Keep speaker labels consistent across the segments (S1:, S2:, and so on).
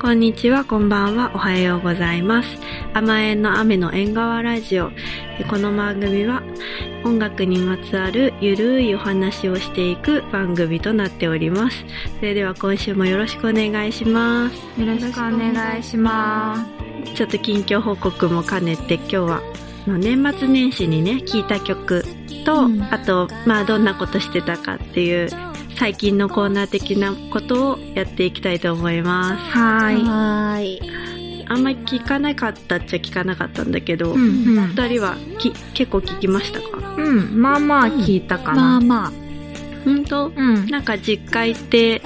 S1: こんにちは、こんばんは、おはようございます。甘えんの雨の縁側ラジオ。えこの番組は音楽にまつわるゆるいお話をしていく番組となっております。それでは今週もよろしくお願いします。
S2: よろしくお願いします。
S1: ちょっと近況報告も兼ねて今日はあの年末年始にね聴いた曲と、
S2: うん
S1: あとまあどんなことしてたかっていう最近のコーナー的なことをやっていきたいと思います
S2: はーい。
S3: はーい。
S1: あんまり聞かなかったっちゃ聞かなかったんだけど、
S2: うん
S1: お二人はき結構聞きましたか
S2: うん。うん。まあまあ聞いたか
S3: まあ
S2: な。
S3: まあ。
S1: 本当
S2: うん。
S1: なんか実家行って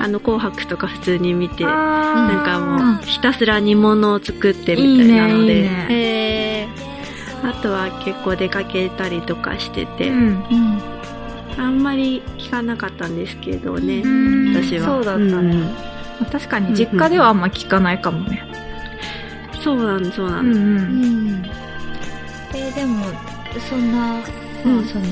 S1: あの紅白とか普通に見てなん
S2: なん
S1: かもうひたすら煮物を作ってみたいなので
S2: いいねいいね
S1: へーあとは結構出かけたりとかしてて、
S2: うん。
S3: うん。
S1: あんまり聞かなかったんですけどね、
S2: うん
S1: 私は
S2: そうだったね
S1: ん
S2: 確かに実家ではあんま聞かないかもね。
S1: そうなんそうな、
S2: うんんう。
S3: うんん。えーでも、そんな、ま
S1: うん
S3: あその、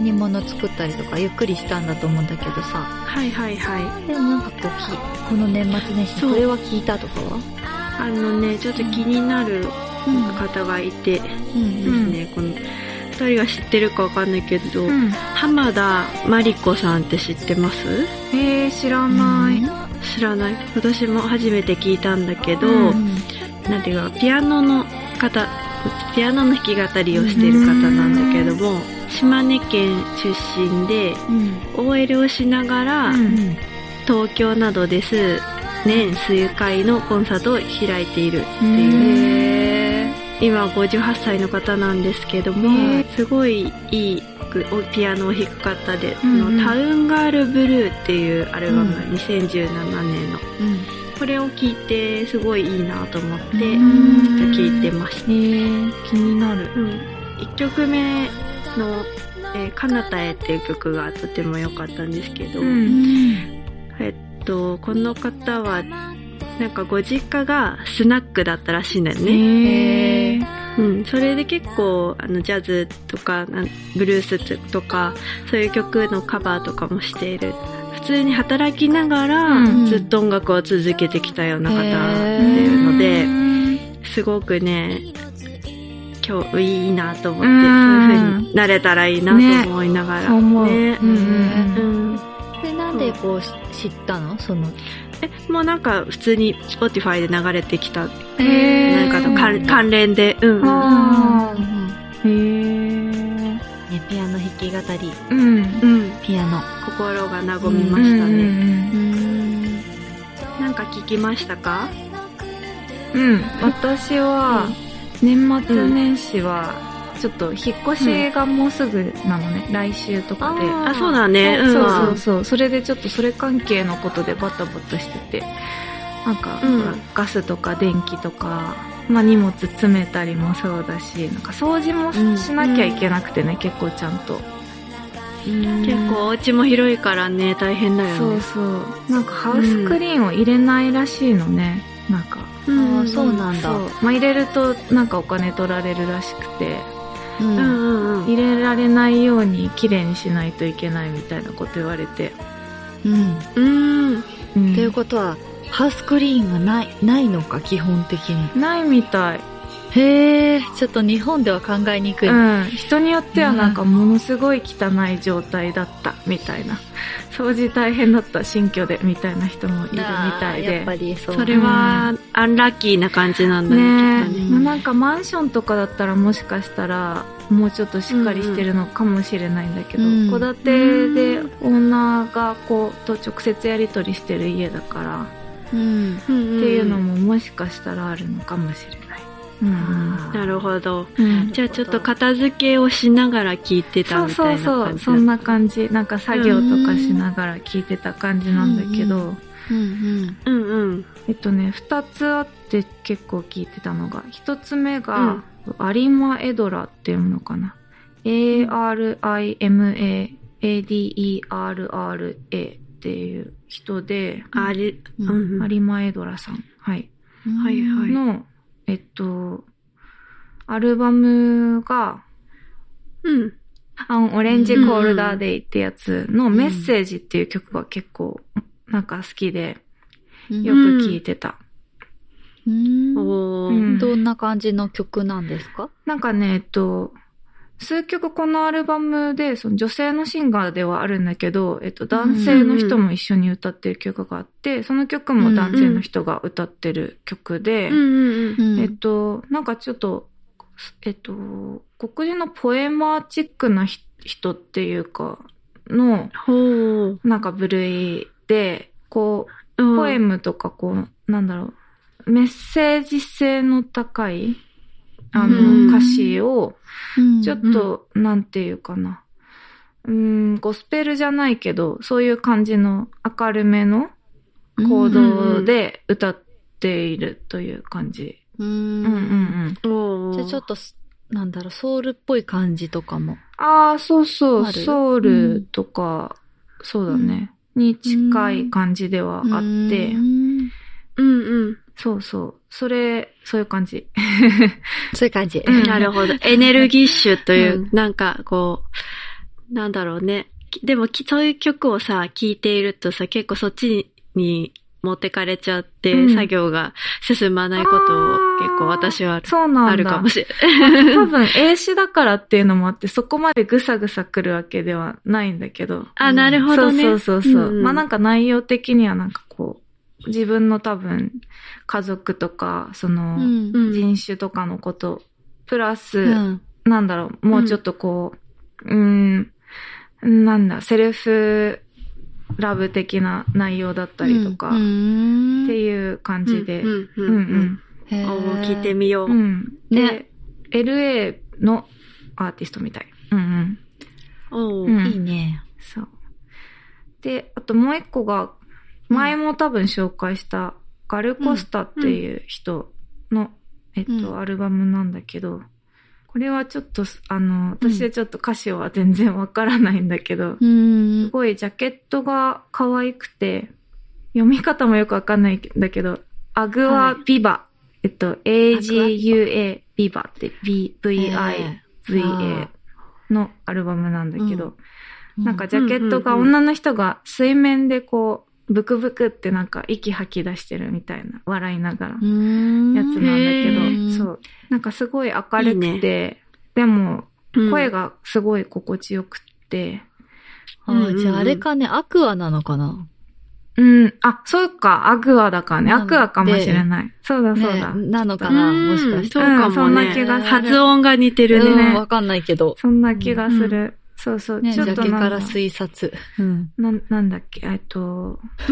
S3: 煮物作ったりとかゆっくりしたんだと思うんだけどさ。
S1: はいはいはい
S3: でもなんかこうき、この年末年始
S1: そう
S3: にこれは聞いたとかは
S1: あのねちょっと気になる方がいてです
S3: うん。うん。
S1: ね、この2人が知ってるかわかんないけど、
S2: うん。
S1: 浜田真理子さんって知ってます
S2: えー、知らない。
S1: 知らない私も初めて聞いたんだけど、
S2: うん
S1: なんていうかピアノの方ピアノの弾き語りをしてる方なんだけども島根県出身で
S3: うん。
S1: OL をしながら、
S2: うん
S1: 東京などで数年数回のコンサートを開いているっていう、
S2: え
S1: 今58歳の方なんですけども、
S2: へえ
S1: すごいいいピアノを弾く方で、
S2: うんうん
S1: あのタウンガールブルーっていうアルバム、
S3: う
S1: 2017年の
S3: うん。
S1: これを聞いてすごいいいなと思って、ちょっと
S2: うん
S1: 聞いてました
S2: ー、えー、気になる。
S1: うん、1曲目の「えー彼方へ」っていう曲がとても良かったんですけど、
S2: うん
S3: うん。
S1: えっとこの方はなんかご実家がスナックだったらしいんだよね、
S2: えー、
S1: うん、それで結構あのジャズとかなんブルースとかそういう曲のカバーとかもしている普通に働きながら、
S2: うん
S1: ずっと音楽を続けてきたような方って
S3: へ
S1: いうので、
S2: うん
S1: すごくね今日いいなと思って、
S2: うん
S1: そういう風になれたらいいなと思いながら、
S2: そう思う。
S1: ね
S2: うんうん
S1: う
S2: うん
S1: ん
S3: で、なんでこうし知ったのその、
S1: えもうなんか普通に Spotify で流れてきた
S2: え
S1: なんか
S2: ー
S1: と
S3: 彼
S1: 関関連で、うんうん
S2: あ
S3: あ
S2: あ
S3: あ。うん
S2: えー、
S3: ね、ピアノ弾き語り、
S2: うん。
S1: うん、
S3: ピアノ。
S1: 心が和みましたね、
S2: ね。
S3: うん。
S1: なんか聞きましたか
S2: うん。私は、年末年始は、ちょっと引っ越しがもうすぐなのね。来週とかで。
S3: あ
S1: あそうだねうん
S2: そうそうそう。それでちょっとそれ関係のことでバタバタしてて。なんか、
S1: うん
S2: ほらガスとか電気とか、まあ荷物詰めたりもそうだし、なんか掃除も
S3: うん
S2: しなきゃいけなくてね、結構ちゃんと。
S3: 結
S1: 結構お家も広いからね大変だよね
S2: そうそう。なんかハウスクリーンを入れないらしいのね。なんか。
S1: ん
S3: あーそうなん
S2: そ
S3: だ
S2: う。まあ入れるとなんかお金取られるらしくて、
S3: う
S1: うん
S3: ん。
S1: うんうん
S2: 入れられないように綺麗にしないといけないみたいなこと言われて。
S3: うん。
S1: うん
S2: うん
S3: ということは、ハウスクリーンがない、ないのか、基本的に。
S2: ないみたい。
S3: へえ、ちょっと日本では考えにくい。
S2: うん。人によってはなんかものすごい汚い状態だったみたいな。掃除大変だった、新居でみたいな人もいるみたい
S3: やっぱ
S2: で。
S3: りそう。
S1: それは、アンラッキーな感じなんだ
S2: ね
S1: ねきっと
S2: え、
S1: ね
S2: まあなんかマンションとかだったらもしかしたらもうちょっとしっかりしてるのかもしれないんだけど、
S3: うん
S2: 戸建てでオーナーがこうと直接やり取りしてる家だから、
S3: うん。
S1: って
S2: って
S1: い
S2: いうのももしかしたらあるのかもしれない。うん
S1: なるほど
S2: うん
S1: じゃあちょっと片付けをしながら聞いて
S2: そ
S1: た
S2: う
S1: み
S2: そ
S1: た
S2: う
S1: いな
S2: そ
S1: 感
S2: う、
S1: じ
S2: そんな感じ。なんか作業とかしながら聞いてた感じなんだけど、
S3: ううん
S1: うんうん
S2: えっとね、二つあって結構聞いてたのが、一つ目
S1: うん
S2: が、有馬エドラって読むのかな。A-R-I-M-A-A-D-E-R-R-A っていう人で、
S1: あれ、
S3: う
S1: うんんうん、
S2: 有馬エドラさん。はい。
S3: うん。
S1: はいはい
S2: の、えっと、アルバムが、
S1: うん。
S2: あの、オレンジコールダーデイってやつのメッセージっていう曲が結構なんか好きで、
S3: うん
S2: よく聞いてた。
S3: うん
S1: おー、
S2: うん
S3: どんな感じの曲なんですか
S2: なんかね、えっと、数曲このアルバムで、その女性のシンガーではあるんだけど、えっと、男性の人も一緒に歌ってる曲があって、その曲も男性の人が歌ってる曲で、
S1: うんうんうん。
S2: えっと、なんかちょっと、えっと、黒人のポエマーチックなひ人っていうか、の、
S1: ほー。
S2: なんか部類で、こ
S1: うん
S2: う、ポエムとかこう、なんだろう、メッセージ性の高い、あ
S1: うん
S2: の、歌詞を、
S3: うん
S2: ちょっと、なんていうかな。うーん、ゴスペルじゃないけど、そういう感じの明るめの行動で歌っているという感じ。
S3: う。
S2: うんうんうんん。
S1: おー
S3: じゃあちょっとす、なんだろう、ソウルっぽい感じとかも。
S2: ああ、そうそう、
S3: ある
S2: ソウルとか、そうだね、に近い感じではあって、
S3: うん
S1: うんうん。
S2: そうそう、それ、そういう感じ。
S3: そういう感じ。
S2: うん
S1: なるほど。エネルギッシュという、
S2: うん
S1: なんかこう、なんだろうね。きでもき、そういう曲をさ、聴いているとさ、結構そっちに持ってかれちゃって、
S2: うん
S1: 作業が進まないことを
S2: あー
S1: 結構私はある
S2: そうなんだ。
S1: あるかもしれない。
S2: 多分、英詞だからっていうのもあって、そこまでぐさぐさ来るわけではないんだけど。
S1: あ、なるほどね。
S2: そうそうそうそう、
S1: うん
S2: まあなんか内容的にはなんかこう、自分の多分、家族とか、その、
S3: うん
S1: うん
S2: 人種とかのこと、プラス、
S3: うん
S2: なんだろう、もうちょっとこう、うん、ん、なんだ、セルフラブ的な内容だったりとか、っ
S3: うん
S2: ていう感じで、
S1: う
S2: うん
S1: んう
S2: うん
S1: うん
S2: ん。
S3: へ
S1: うん。おー
S3: ー
S1: 聞いてみよう。
S2: うん。
S3: ね
S2: で、LA のアーティストみたい。うん
S1: お
S2: う
S1: ー
S2: ん。うん、
S3: いいね。
S2: そう。で、あともう一個が、前も多分紹介した、ガルコスタっていう人の、えっ
S3: うん
S2: と、アルバムなんだけど、これはちょっと、あの、私はちょっと歌詞は全然わからないんだけど、
S3: うん
S2: す。ごいジャケットが可愛くて、読み方もよくわかんないんだけど、アグアビバ。えっと、AGUA ビバって BVIVA
S3: あ
S2: のアルバムなんだけど、なんか
S3: う
S2: ジャケットが
S1: うんうんうん
S2: 女の人が水面でこう、ブクブクってなんか息吐き出してるみたいな、笑いながらやつ
S3: ん、
S2: なんだけど、
S3: うん
S2: そう。なんかすごい明るくて、でも
S1: うん
S2: 声。がすごい心地よくって、
S3: あーじゃああれかね、アクアなのかな
S2: うん、あ、そうか、アクアだからね、
S3: な
S2: ア
S3: んで
S2: クアかもしれない。そうだそうだ。
S3: ねなのか
S1: う
S3: な、
S1: ん
S3: もしかして。
S1: そうか
S2: うんそ
S1: も
S2: ん
S1: ね。
S2: な気がする
S1: 発音が似てる
S2: う
S1: ね。
S2: ん
S3: うんわかんないけど。
S2: そんな気がする。そうそう、
S3: ね、
S2: ち
S3: ジ
S2: ょっ
S3: ャ
S2: と
S3: ケ
S2: なん
S3: か
S2: だ
S3: ら推察。うん。
S2: なんなんだっけ、えっと、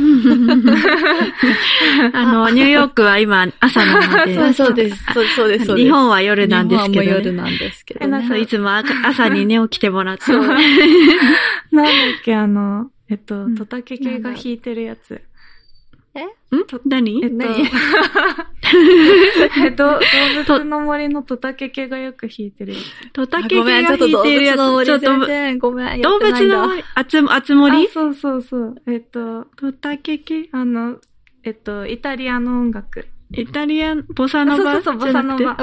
S1: あの、ニューヨークは今朝なので。
S3: そうそうです。そうそうです。そうです
S1: 日本は夜なんですけど、
S3: 日
S1: ね。
S3: 本はもう夜なんですけど
S2: え
S3: ね。
S2: なん
S1: そ
S2: か
S1: ういつも朝朝にね、起きても らって。
S2: そうなんだっけ、あの、えっと
S1: う、ん
S2: トタケ系が弾いてるやつ。
S1: ん何
S2: えっと、
S3: 何
S2: えっと、動物の森のトタケ系がよく弾いてるや
S1: トタ
S3: あ
S1: ケ
S3: ごめ
S1: 系
S3: ん、ち
S1: が
S3: ょ
S1: 弾い
S3: っと動
S1: てるやつ。
S3: 物の森
S1: ちょっと
S3: 全然ごめん、や
S1: 動
S3: ってない
S1: 物
S3: んだ
S1: の森、あつ、あつ森
S2: つ。あ、そうそうそう。えっと、
S1: トタケ系
S2: あの、えっと、イタリアの音楽。
S1: イタリアン、ボサノ
S2: そうそ
S1: バ
S2: うそう、ボサノバ。。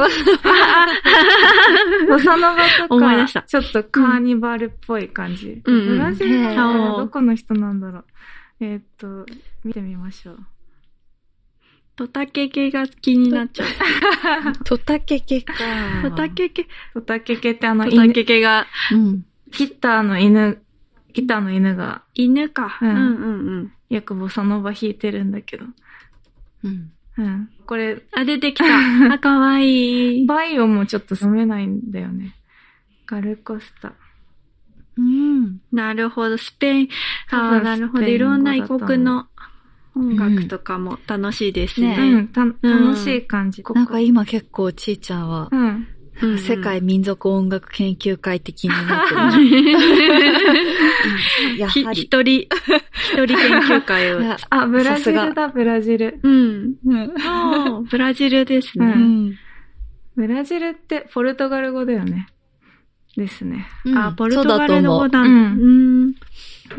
S2: ボサノバと
S1: 思い出した
S2: か、ちょっとカーニバルっぽい感じ。
S1: うんうん
S2: ブラジルなのか
S1: へー
S2: などこの人なんだろう。えっと、見てみましょう。
S1: トタケ系が気になっちゃう。
S3: トタケケか。
S1: トタケ系、
S2: トタケ系ってあの、
S1: トタ
S2: 犬
S1: ケ系が、
S3: うん。
S2: ギターの犬、ギターの犬が
S1: 犬か。う
S2: うんん
S1: うんうん。
S2: よくボサノバ弾いてるんだけど。
S3: うん。
S2: うん。これ、
S1: あ、出 てきた。あ、かわいい。
S2: バイオもちょっと読めないんだよね。ガルコスタ。
S3: うん。
S1: なるほど、スペイン。あ
S2: 多
S1: あ、
S2: 分
S1: なるほど。
S2: スペイン語
S1: いろんな異
S2: だと思う
S1: 国の音楽とかも楽しいですね。
S3: う
S2: うんん、た、楽しい感じ。
S3: なんか今結構ちーちゃんは
S2: う、ん。
S1: うんうん
S3: 世 界民族音楽研究会的になってる。や
S1: ひ
S3: は
S1: 一
S3: り。
S1: 人、一人研究会を。
S2: あ、ブラジ
S3: さす
S2: ルだ、ブラジル。
S1: うん。
S3: うん。
S1: おーブラジルです
S3: う
S1: ね。
S3: ん。
S2: ブラジルってポルトガル語だよね。ですね。
S1: あ、ポルトガルの語
S3: そうだと
S1: だ。う。
S2: う
S3: 思う
S2: ん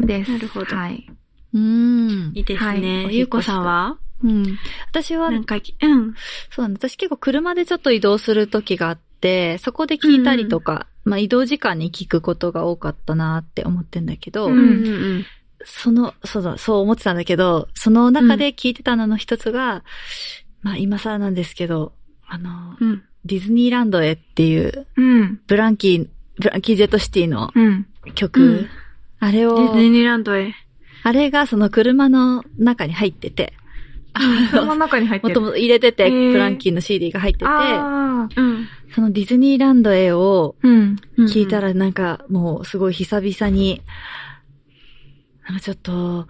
S2: です。
S1: なるほど
S2: はい。
S3: うん
S1: いいですね。
S3: はい
S1: ゆうこさんは
S3: うん。私は
S1: な、んかき、うん。
S3: そうなんだ私結構車でちょっと移動する時があって、そこで聞いたりとか、まあ移動時間に聞くことが多かったなって思ってんだけど、
S2: う
S1: うんんうん
S3: その、そうだ、そう思ってたんだけど、その中で聞いてたのの一つが、まあ今更なんですけど、あの、
S1: うん。
S3: ディズニーランドへっていう、
S2: うん。
S3: ブランキー、ブランキージェットシティの
S2: うん。
S3: 曲、
S1: うん
S3: あれ
S1: デ
S3: を、
S1: ィズニーランドへ。
S3: あれがその車の中に入ってて、
S2: その中に入って
S3: も
S2: る。
S3: ともと入れてて、
S2: へー
S3: ブランキーの CD が入ってて、
S2: ああ。
S1: うん。
S3: そのディズニーランドへを
S2: うん。
S3: 聞いたらなんかもうすごい久々に、なんかちょっと、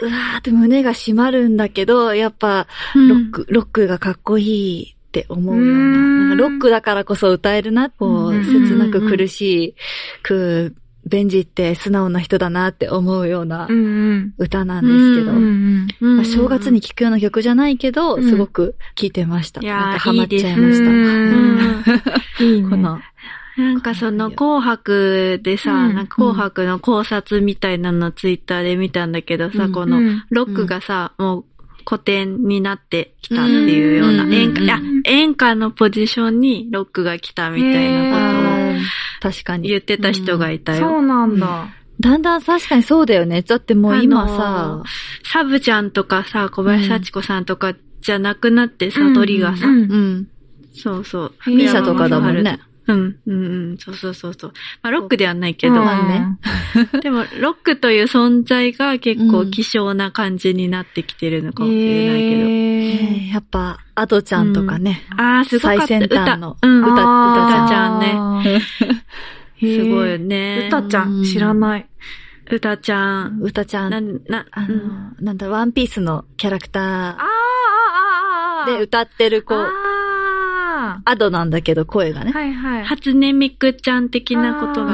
S3: うわーって胸が締まるんだけど、やっぱ
S1: うん、
S3: ロック、ロックがかっこいいって思うよう
S2: うー
S3: な。
S2: ん
S3: なんかロックだからこそ歌えるな、こ
S2: うん
S3: う、切なく苦しく、ベンジって素直な人だなって思うような
S2: うん。
S3: 歌なんですけど
S2: うん。う、ん。
S1: うん。
S3: まあ正月に聴くような曲じゃないけど、
S2: うん
S3: すごく聴いてました。
S1: いやー
S3: なんかハマっちゃい
S2: うん。
S3: ました。
S1: うん。
S2: いい
S3: この、
S1: なんかその紅白でさ、
S2: うん
S1: なんか紅白の考察みたいなのツイッターで見たんだけどさ、
S3: うん
S1: こ
S2: う
S1: の
S2: ん
S1: ロックがさ、もう古典になってきたっていうような
S3: うん
S1: 演歌、
S3: うん
S1: あ演歌のポジションにロックが来たみたいなこ
S3: あー確か
S1: とを言
S3: に
S1: っ。てた人がいたよ。
S2: そうなんだ。
S3: だんだん確かにそうだよね。だってもう今
S1: あ
S3: さ
S1: の、サブちゃんとかさ、小林幸子さんとかじゃなくなってさ、
S2: うん
S1: 鳥がさ、
S2: うん
S3: うん。
S1: そうそう。
S2: ミ
S3: ミーシャとかだもんね。
S1: うん、うん、うん、そうそうそうそう。まあロックではないけど、
S2: うん
S3: まあね。
S1: でも、ロックという存在が結構希少な感じになってきてるのかもしれないけど。
S2: えー
S3: ねやっぱ、アドちゃんとかね。
S1: ああ、すごかった。
S3: 最先端の
S1: 歌。うん、
S3: 歌
S1: 歌。
S2: あー
S1: 歌ちゃんね
S2: へー
S1: すごいよね。
S2: 歌ちゃん、知らない。
S1: 歌ちゃん。
S3: 歌ちゃ、
S1: なんん、な、
S3: あ
S1: うん
S3: の、なんだ、ワンピースのキャラクタ
S2: あ
S3: ーで歌ってる子、
S2: あ
S3: アドなんだけど声が
S2: あ
S3: ね。
S2: はいはい。
S1: 初音ミクちゃん的なことが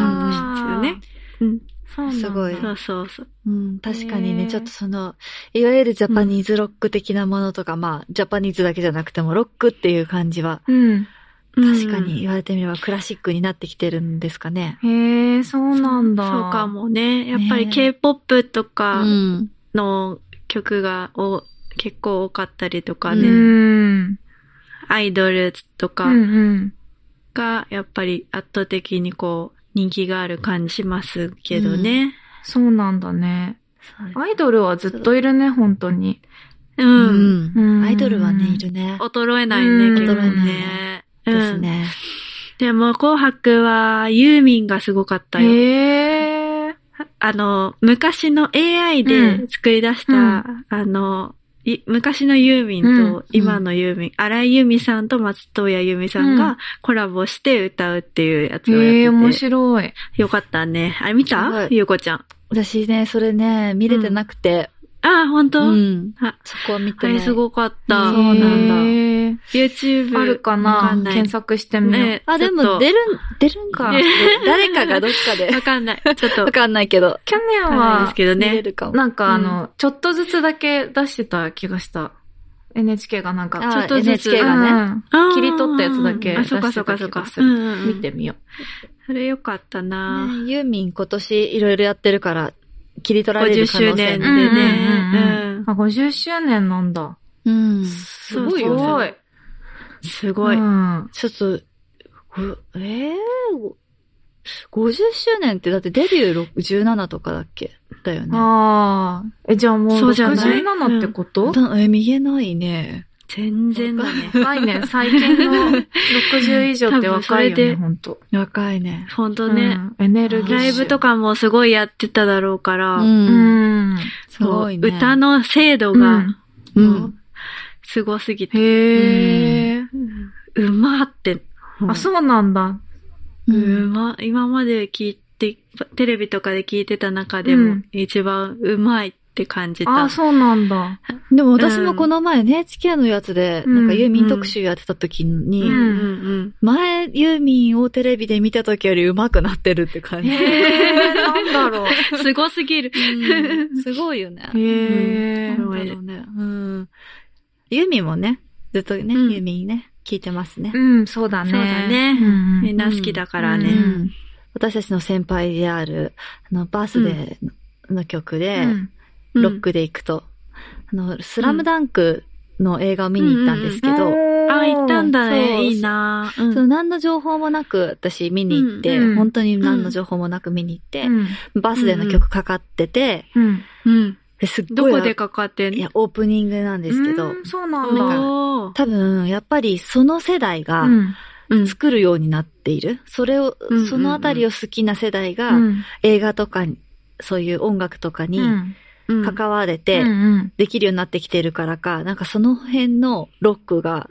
S1: ですよね。うん。
S2: そうなんだ
S3: すごい
S1: そうそうそう。
S3: うん、確かに
S2: へ
S3: ね、
S2: ー
S3: ちょっとその、いわゆるジャパニーズロック的なものとか、まあ、ジャパニーズだけじゃなくても、ロックっていう感じは、
S2: うん。
S3: 確かに言われてみればクラシックになってきてるんですかね。
S2: へえ、そうなんだ。
S1: そうか。もね。やっぱり
S3: ね
S1: K-POP とか
S3: ん。
S1: の曲がお結構多かったりとか
S2: う
S1: ね。
S2: ん。
S1: アイドルとか。
S2: うんうん。
S1: が、やっぱり圧倒的にこう、人気がある感じしますけどね。
S2: そうなんだね。アイドルはずっといるね、本当に。
S1: う。
S3: うんん。
S2: うん
S3: アイドルはね、いるね。
S1: 衰えない
S2: うん
S1: ね、結構
S3: 衰えない
S1: ね。う
S3: です
S1: ん。
S3: ね。
S1: でも、紅白は、ユーミンがすごかったよ。
S2: へえ。
S1: あの、昔の AI で作り出した、
S2: うん
S1: あの、い昔のユーミン
S2: う
S1: と今のユーミン、荒井由実さんと松任谷由実さん
S2: うん
S1: がコラボして歌うっていうやつをやってて
S2: へえ、、面白い。
S1: よかったね。あ、見
S3: すごい
S1: たゆうこちゃん。
S3: 私ね、それね、見れてなくて。
S1: あ、本当、
S3: うん。
S1: あ
S3: そこは見て
S1: あ
S3: な
S1: れ
S3: い。
S1: すごかった。
S3: そうなんだ
S2: へー
S1: YouTube。
S2: あるか
S1: わか
S2: なん
S1: ない。
S2: 検索してみよう。
S1: ね、
S3: あ、で
S1: ちょ
S3: も
S1: っと
S3: 出る、出るんか。誰かがどっか で。
S1: わかんない。ちょっと
S3: わ、かんないけど。
S2: 去年
S1: あれで
S2: は
S1: す、けど
S3: 見れ
S1: ね。
S3: るかも。
S2: なんかあの、ちょっとずつだけ出してた気がした。NHK がなんか、
S3: あ
S1: ちょっとずつ
S3: NHK がね。
S2: ね。
S1: あー
S2: 切り取ったやつだけ
S1: あ、そっかそっかそっ
S2: 出
S1: か
S2: し。て
S1: う
S2: た気がする
S1: んうんうん
S2: 見て。みよ
S1: それよかったな
S3: ねユーミン今年いろいろやってるから、切り取られ
S1: 50
S3: る可能
S1: 周
S3: 性
S1: 年で
S3: も
S1: ね。
S2: うんうんうん
S1: うん
S2: う。あ、50周年なんだ。
S3: うん。
S2: す
S1: ごいよね
S2: すごい。
S1: す
S2: す
S1: ごい。
S3: ちょっと、ごええー、50周年ってだってデビュー17とかだっけだよね。
S2: ああ。え、じゃあもう
S1: そうじゃない
S2: 67ってこと、
S3: だえ、見えないね。
S1: 全然だね。
S2: 概念最近 の60以上って若いよ
S1: 多分それで
S2: ね、ほんと。
S3: 若いね。
S1: ほんとね。
S2: うんエネルギッシュ。
S1: ライブとかもすごいやってただろうから、
S2: う
S3: うん。
S2: ん。
S3: す
S1: こ
S3: ご
S1: う
S3: いね。
S1: 歌の精度
S2: う
S1: が
S2: ん、
S3: う。
S1: もうんすごすぎて、
S2: へえ。
S1: うまって。
S2: あ、そうなんだ。
S3: う。
S1: うんま、今まで聞いて、テレビとかで聞いてた中でも
S2: うん
S1: 一番うまいって感じた。
S2: あ、そうな んだ。
S3: でも私もこの前 NHK のやつで、
S2: うん
S3: なんかユーミン特集やってた時に、
S1: うんうん
S3: 前ユーミンをテレビで見た時より上手くなってるって感じ。
S2: へえ、なんだろう。
S1: うん。すごすぎる。
S3: うんすごいよね。
S2: へえ
S3: うんなんだろうね。うん。ユーミンもね、ずっとね、
S1: うん
S3: ユーミンね、聞いてますね。
S2: うん、そうだね。
S1: そうだね
S2: うん
S1: みんな好きだから
S3: う
S1: ね。
S3: ん。私たちの先輩である、あの、バースデーのの曲で、
S2: うん
S1: うん
S3: ロッ。クで行くと、あの、スラムダンクの映画を見に行ったんですけど、
S2: うん
S1: あ、行ったんだ
S3: そう
S1: ね。いいなぁ。うん
S3: そう何の情報もなく、私見に行って、
S2: うんうん
S3: 本当に何の情報もなく見に行って、
S2: うん。
S3: バスでの曲かかってて、
S2: うん。
S1: うん。
S3: ですっごい。
S2: どこでかかってん
S3: いや、オープニングなんですけど、
S2: うんそうなんだ。
S1: おー
S3: 多分、やっぱりその世代が
S2: うん
S1: うん
S3: 作るようになっている。それを
S1: うんうんう、ん
S3: そのあたりを好きな世代が、
S2: うん
S3: 映画とかに、そういう音楽とかに
S2: うん
S1: うん
S3: 関われ
S2: う
S3: て、
S2: ん
S3: できるようになってきてるからか、なんかその辺のロックが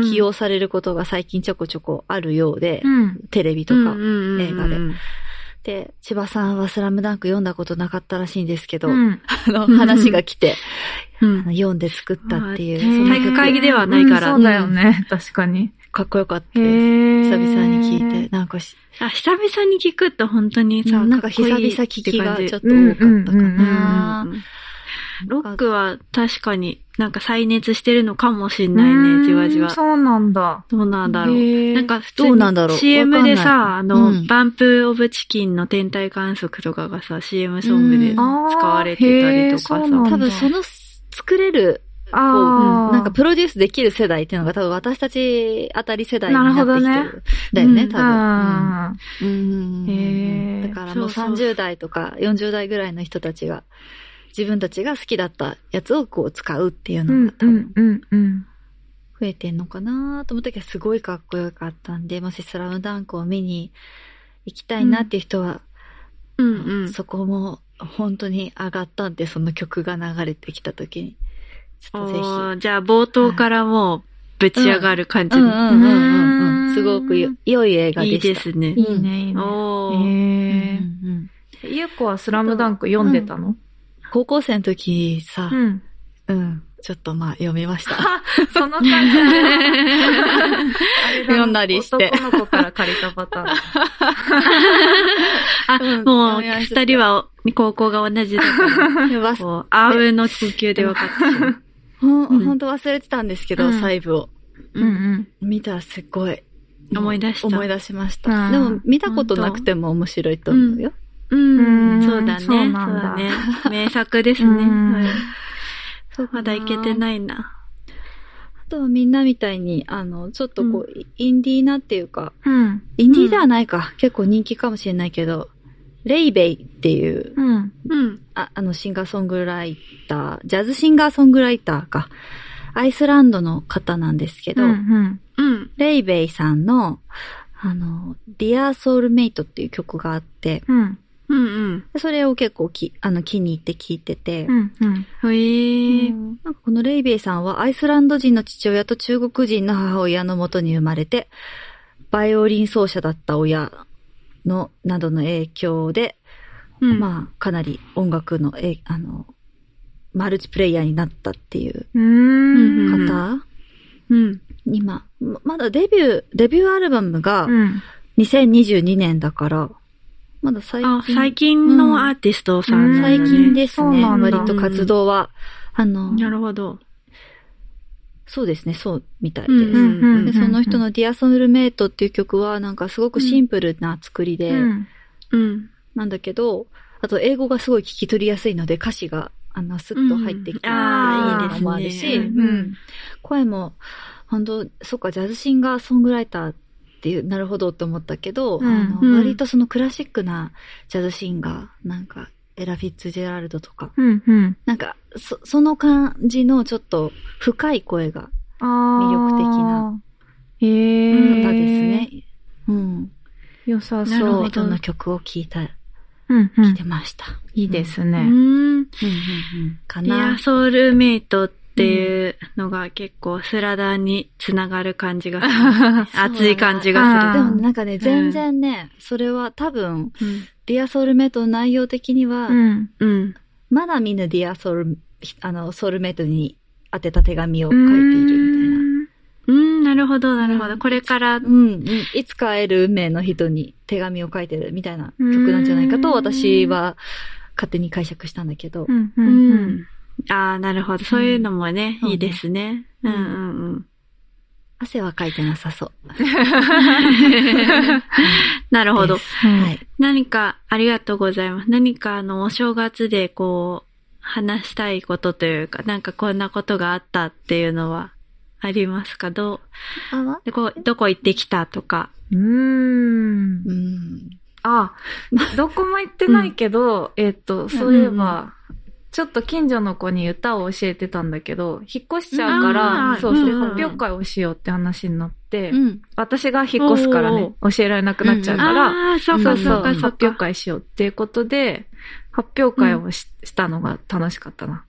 S3: 起用されることが最近ちょこちょこあるようで
S2: う、ん
S3: テレビと
S1: うん
S3: か。
S1: うん
S3: 映画で
S1: うん
S3: で、千葉さんはスラムダンク読んだことなかったらしいんですけど、 あ
S2: うん
S3: の話が来て、
S1: うん
S3: あの読んで作ったっていう、
S1: うん
S3: その
S1: 体育会議ではないから
S2: うんそうだよね、確かに。
S3: かっこよかった
S2: へ
S3: です。
S2: ー
S3: 久々に聞いて、。なんかし、
S1: あ、久々に聞くと本当にさ、
S3: なんか久々
S1: っこいい
S3: 聞
S1: って
S3: きが
S1: 感
S3: ち
S1: じ
S3: ょっと多かったか
S2: うんうんうん
S3: な。
S1: うんロックは確かになんか再熱してるのかもしんないね、じわじ
S2: うん
S1: わ。
S2: そうなんだ。
S1: どうなんだろう。
S2: へー
S1: なん、か普通
S3: どうなんだろ
S1: に
S3: う
S1: CM で
S3: わかんな
S1: さ、あの、
S3: うん
S1: バンプオブチキンの天体観測とかがさ、CM ソングで
S3: うん
S1: 使われてたりとか
S2: あーへ
S1: さ。
S2: ーそうなんだ
S3: 多分その作れる、
S2: あ
S1: う
S2: あ、
S3: なんかプロデュースできる世代っていうのが多分私たちあたり世代になってきてる。
S2: なるほ
S3: だよね、
S1: うん
S3: 多分。
S2: あ
S3: うん
S2: へー
S3: だからもう
S1: そうそ
S3: 30代とか40代ぐらいの人たちが、自分たちが好きだったやつをこう使うっていう
S2: ーう
S3: の
S2: ん
S3: が多
S2: うん
S3: 分
S2: うんうん。
S3: 増えてんのかなと思ったけど、すごいかっこよかったんで、もしスラムダンクを見に行きたいなっていう人は、
S1: うんうん。
S3: そこも本当に上がったんで、その曲が流れてきた時に。ちょっとぜひ。
S1: おーじゃあ冒頭からもうぶち上がる感じ
S3: うんう
S1: の。
S3: んうんうんう。
S2: うんん
S3: すごくよ良い映画で
S1: いい
S3: し
S1: で
S3: た。
S1: すね。
S2: いいね、いいね。
S1: おー。
S3: うんう
S2: へ
S3: ん
S2: え。ゆうこはスラムダンク読んでたの
S3: 高校生の時さ
S2: う、ん。
S3: うん、ちょっとまあ読みま した。
S2: その感じ。あれだ
S3: 読んだりして
S2: 男の子から借りたパターン。
S1: あ、
S3: うん
S1: もう
S3: お願いします
S1: 二人は高校が同じだから、
S3: わす
S1: こう、アウの呼吸で分かってしまう。
S3: ほ
S1: うん
S3: んほんと忘れてたんですけど、
S2: うん
S3: 細部を。
S2: うんうん。
S3: 見たらすごい。
S1: 思い出した
S3: 思い出しました。
S2: うん
S3: でも見たことなくても面白いと思うよ。
S1: うん、
S2: うん
S1: そうだね。そ
S2: そううなん
S1: だ
S2: だ
S1: ね。名作ですね。
S2: う
S1: うんん
S3: そう
S1: まだいけて
S3: い。
S1: ないな。
S3: あとはみんなみたいに、あの、ちょっとこう、インディーなっていうか、
S2: うん。
S3: インディーではないか。結構人気かもしれないけど、レイベイっていう、
S2: うん。
S1: うん。
S3: ああの、シンガーソングライター、ジャズシンガーソングライターか。アイスランドの方なんですけど、
S2: うん。
S1: うん。
S3: レイベイさんの、あの、Dear Soulmate っていう曲があって、
S2: うん。
S1: うんうん。
S3: それを結構き、あの、気に入って聴いてて、
S2: うん。うん。
S1: へえ。
S3: なんかこのレイベイさんはアイスランド人の父親と中国人の母親のもとに生まれて、バイオリン奏者だった親の、などの影響で、
S1: うん。
S3: まあ、かなり音楽の、え、あの、マルチプレイヤーになったっていう
S1: う
S2: う
S1: ん
S2: ん。
S3: 方、
S1: うん。
S3: 今、ままだデビュー、デビューアルバムが
S2: うん。
S3: 2022年だから、まだ最
S1: あ、
S3: 近、
S1: 最近のアーティストさんなんだね。
S3: 最近です
S2: そう
S3: ね、
S2: なんだ
S3: 割と活動は、あの、
S1: なるほど。
S3: そうですね、そうみたいで
S1: うん
S3: す。
S1: うんうん
S3: で
S2: うん
S3: その人のディアソルメイトっていう曲は、なんかすごくシンプルな作りで、
S2: うん。
S1: うん。
S3: なんだけど、あと英語がすごい聞き取りやすいので、歌詞が、あの、スッと入ってきて、
S1: うんあ
S2: ー
S3: いいですもあるし、
S1: いいですね
S3: うん声も、本当そっか、ジャズシンガーソングライターっていう、なるほどって思ったけど、
S2: うん
S3: あの
S1: うん
S3: 割とそのクラシックなジャズシンガー、なんか、エラ・フィッツジェラルドとか、
S2: うん。うん。
S3: なんか、そ、その感じのちょっと深い声が、
S2: あー
S3: 魅力的な。
S2: へえ。
S3: 方ですね。。うん。
S2: 良さ
S1: なる
S2: そ
S1: ほ
S3: そう
S1: ど。
S3: う、どの曲を聴いた、
S2: うん。う
S3: 聴い
S2: ん。
S3: てました。
S2: いいです
S1: う
S2: ね。
S1: ん。
S3: か
S1: ディ
S3: な
S1: ア。ソウルメイトっていうのが結構スラダーにつながる感じがする。熱い感じが
S2: あ
S3: で
S1: す
S2: ー
S3: もなんかね、全然ね、それは多分、
S1: る。
S3: ディアソウルメイトの内容的には、
S2: うん。
S1: うん。うん。
S3: まだ見ぬディアソウル、あの、ソウルメイトに宛てた手紙を書いているみ
S1: うん、なるほど、なるほ
S3: う
S1: ど。
S3: ん
S1: これから
S3: たいな。うん、うん。いつか会える運命の人に手紙を書いてるみたいな曲なんじゃないかと、
S2: うん
S3: 私は勝手に解釈したんだけど
S2: う。ん。う。
S1: うん
S2: うん。
S1: ん。ああ、なるほど。そういうのもね、
S3: うん
S1: いいですね。う
S3: そ
S1: んう
S3: うね
S1: ん うん。
S3: 汗は書いてなさ そう。
S1: なるほど
S3: で。すはい。
S1: 何か、ありがとうございます。何か、あの、お正月で、こう、話したいことというか、なんかこんなことがあったっていうのはありますかどう
S3: あわ
S1: でこうどこ行ってきたとか。
S2: うーん
S3: う。ん。
S2: あ、ど こも行ってないけど、えっと、そういえば、ちょっと近所の子に歌を教えてたんだけど、引っ越しちゃうか
S1: あ
S2: ら
S1: ー、
S2: そうそうう、
S1: んうんうん
S2: 発表会をしようって話になって、
S3: うん。
S2: 私が引っ越すからね、教えられなくなっちゃうから、
S1: ああ、そう
S2: そ
S1: か
S2: うそ
S1: そう
S2: う、
S1: か
S2: 発
S1: そう
S2: 表
S1: か。
S2: 会しようっていうことで、発表会をし,、たのが楽しかったな。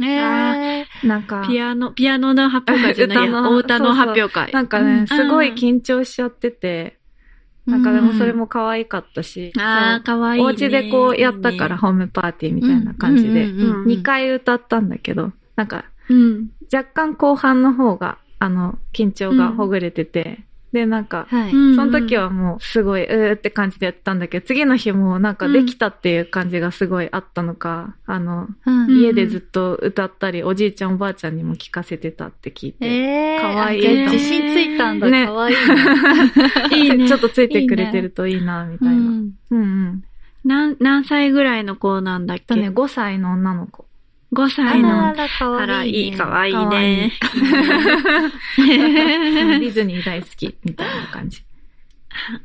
S3: ええ。
S2: なんか、
S1: ピアノ、ピアノの発表会じゃ ないや、
S2: 歌の
S1: お歌の発表会。
S2: なんか
S3: う
S2: ね
S3: ん、
S2: すごい緊張しちゃってて、なんかでもそれも可愛かったし、
S1: ああ、かわいい、
S2: そ
S1: ね。
S2: うお家でこうやったから
S1: い
S2: ホームパーティーみたいな感じで、
S3: うんうんうんうん
S1: うん
S2: 2回歌ったんだけど、なんか
S1: いねうん。
S2: 若干後半の方が、あの、緊張がほぐれてて、で、なんか、
S3: はい。
S1: うん
S2: その時はもうすごい、うーって感じでやったんだけど、次の日もなんかできたっていう感じがすごいあったのか、あの、
S3: うん
S2: 家でずっと歌ったり、おじいちゃんおばあちゃんにも聞かせてたって聞いて、
S3: ええ。
S2: かわいい
S3: あじゃあ自信ついたんだ。
S2: ね
S3: かわいい ね。
S1: いいね。
S2: ちょっとついてくれてるといいな、みた
S1: う
S2: いな。うん、
S1: ん。
S2: うん、
S1: なん何歳ぐらいの子なんだっ
S2: あと
S1: け、
S2: ね、5歳の女の子。
S1: ?5 歳の。
S3: あら、か
S1: あ
S3: わ
S1: ら、
S3: いい
S1: い
S3: ね。
S1: い、かわいい
S2: かわいい
S1: ね。
S2: デ ィズニー大好き、みたいな感じ。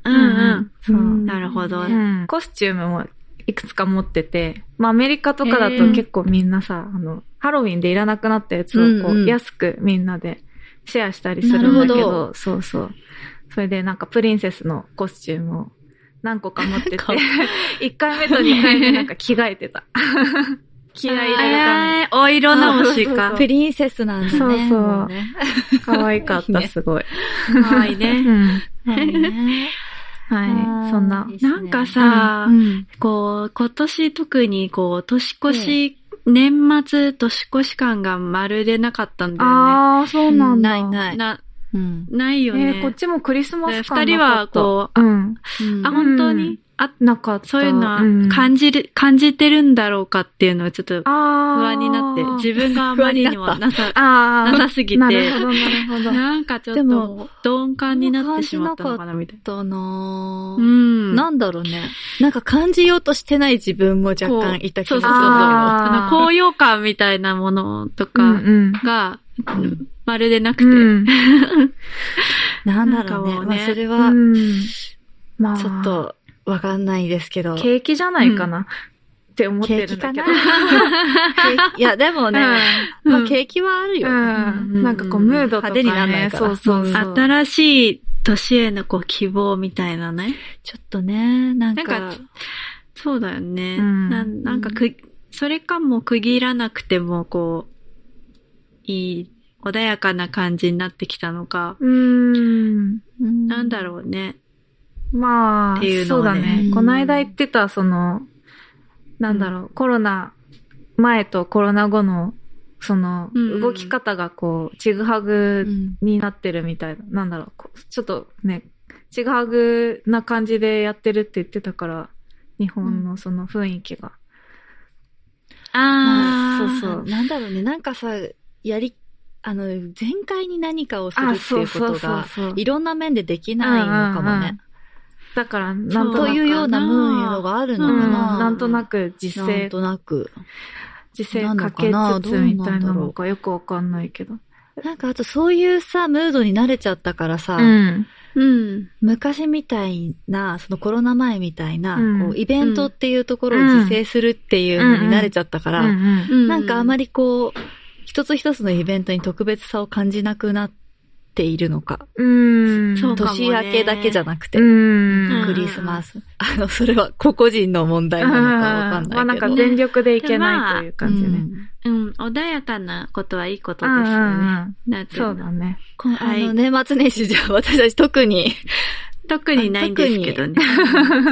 S1: うんうん。
S2: そう。
S3: うん
S1: なるほど。
S3: ね
S2: うんコスチュームもいくつか持ってて、まあアメリカとかだと結構みんなさ、あの、ハロウィンでいらなくなったやつをこ
S3: うんう
S2: うん安くみんなでシェアしたりするんだけ
S3: なる
S2: ど、
S3: ほど
S2: そうそう。それでなんかプリンセスのコスチュームを何個か持ってて、
S1: かわ
S2: 1回目と2回目なんか着替えてた。気合い入れる 感
S1: えーお色直し
S2: そうそう
S1: か。
S3: プリンセスなんだね。
S2: そうそう
S3: もね
S2: じ。かわいかっ
S3: いい
S2: た、
S3: ね
S2: すごい。
S1: かわいいうね。
S2: ん。
S3: はいね
S2: はい。そんな。
S1: なんかさ
S3: うん
S1: こう、今年特にこう、年越し、年末年越し感がまるでなかったんだよ
S2: ああ、そうなんだ。
S3: ないな
S1: ね。
S3: い。
S1: な、
S3: うん。
S1: ないよ
S2: え
S1: ね。
S2: ーこっちもクリスマス感
S1: 二人はこ
S2: う、うん。
S1: う、あ、
S2: ほん
S1: 本当
S2: う
S1: に
S2: ん
S1: あ、
S2: なかった。
S1: そういうのは
S2: ん
S1: 感じる、感じてるんだろうかっていうのはちょっと
S2: あ
S1: 不
S2: ー
S1: 安になって、自分があまりにもなさ、な
S2: あー
S1: さすぎ
S2: なる
S1: て、
S2: ほど、なるほど。
S1: なんかちょっ
S3: でも
S1: と鈍感になってしまったのかなみたい
S3: だな
S1: な。う
S3: ぁ
S1: ん。
S3: なんだろうね。なんか感じようとしてない自分も若干いた気
S1: そうそうそうそ
S3: がする。
S1: う。
S2: あー
S1: あの高揚感みたいなものと
S2: う
S1: か
S2: ん
S1: が、まるでなく
S2: う
S1: て。
S2: ん。うん。
S3: なんだろうね。
S1: なんかもう
S3: ま
S1: ね
S3: あ、それは
S2: う、んまあ、
S3: ちょっと、わかんないですけど。
S2: ケーキじゃないかな、って思ってるんだけど。
S3: ケーキいや、でもね、
S1: うん
S3: まあ、景気はある
S2: う
S3: よ。
S2: ん。
S1: う
S2: うんん。なんかこう、ムードとか、ね。
S3: 派手にならないから
S2: そうそうそう。
S1: 新しい年へのこう希望みたいなね。
S3: ちょっとね、
S1: な
S3: なん
S1: ん
S3: か
S1: か、そうだよね。
S2: うん
S1: なんなんかく、それかもう区切らなくても、こう、いい、穏やかな感じになってきたのか、
S2: うん。
S3: な
S1: なんだろうね。
S2: まあ、
S1: っていうの
S2: そ
S1: を
S2: う
S1: ね
S2: だね
S3: うん。
S2: この間言ってた、その、なんだろう、コロナ前とコロナ後の、その
S1: うんう、ん
S2: 動き方がこう、ちぐはぐ
S3: うん
S2: になってるみたいな、なんだろう、こうちょっとね、ちぐはぐな感じでやってるって言ってたから、日本のその雰囲気が。
S1: あ
S2: ー
S1: あ、
S2: そうそう
S3: なんだろうね、なんかさ、やり、あの、全開に何かをするっていうことが、
S2: そう
S3: いろんな面でできないのかもね。
S2: だから、なん
S1: うんうん
S2: と
S3: と
S2: なく、
S3: いうようなムーのがあるの
S2: う
S3: か
S2: ん、
S3: な。
S2: なんとなく実
S3: なん
S2: 勢、
S3: となく。
S2: 実勢かけつつみたいなのがよくわかんないけど。
S3: なんかあとそういうさ、ムードに慣れちゃったからさ、
S2: うん。
S1: うん。
S3: 昔みたいな、そのコロナ前みたいな、
S2: うん
S3: こうイベントっていうところを自制するっていうのに慣れちゃったから、
S2: うんうん
S3: なんかあま
S1: り、
S3: りこう、一つ一つのイベントに特別さを感じなくなっているのか。
S2: うーん。
S1: そうかもね
S3: 年明けだけじゃなくて、
S2: うーん。
S3: クリスマス。あの、それは個々人の問題なのかわかん
S2: まあな
S3: な
S2: いん
S3: けど。
S2: か全力でいけないという感じね。
S1: うん、穏やかなことはいいこと
S2: う
S1: で
S2: ん
S1: すよね。
S2: うん
S1: なんてい
S2: そうう
S1: の
S2: だね。
S3: こん
S1: はい
S3: あの、年末年始じゃ私たち特に、
S1: 特にないんですけどね。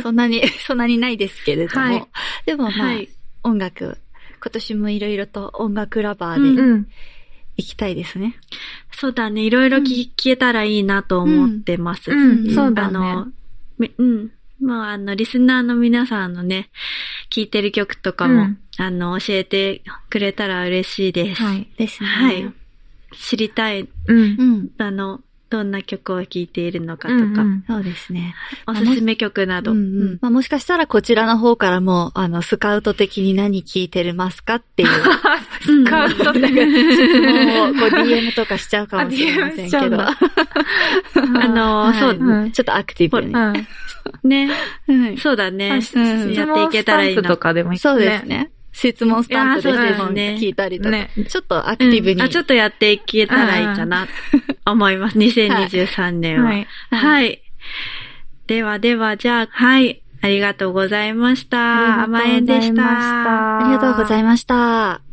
S3: そんなに、 そんなにないですけれども。
S2: はい
S3: でもまあ、
S1: はい。
S3: 音楽、今年もいろいろと音楽ラバ
S1: う
S3: ー
S1: ん
S3: で
S2: うん。
S3: 行きたいですね。
S1: そうだね。いろいろ聞聞けたらいいなと思ってます。
S2: うん
S3: うん
S2: そう
S1: あ
S2: だね
S1: の。、みうん。まあ、あの、リスナーの皆さんのね、聴いてる曲とかも、
S2: うん
S1: あの、教えてくれたら嬉しいです。
S2: はい。
S3: ですね。
S1: はい。知りたい、
S2: うん
S3: う。ん。
S1: あの、どんな曲を聴いているのかと
S2: うん
S1: か、
S2: うん
S3: そうですね。
S1: おすすめ曲など。
S3: うんうんまあ、もしかしたらこちらの方からも、あの、スカウト的に何聞いてますかっていう
S2: スカウトって
S3: 質問を、こう DM とかしちゃうかもしれませんけど。
S2: あ DM
S1: あの
S3: はい
S1: そう
S2: だね
S3: ちょっとアクティブに。
S2: うん
S1: ね。
S3: はい
S1: そうだね。
S2: あ
S3: うん
S1: やっていけたらいい
S2: 質問スタンプ
S1: な
S2: と。かでもいい
S3: そうです。ね。質問スタンプで
S1: いやー
S3: 質
S1: そう
S3: 問
S1: ですね
S3: 聞いたりとか、
S2: ね
S3: ちょっとアクティブに。
S1: うんあちょっとやっていけたらいいかな、と思います。2023年は。は
S2: はいい。。
S1: はいではでは、じゃあ、はい。ありがとうございました。
S2: あり
S1: 甘
S2: がとう
S1: えん
S2: ご
S1: で
S2: ざい
S1: し
S2: ました
S1: た。
S3: ありがとうございました。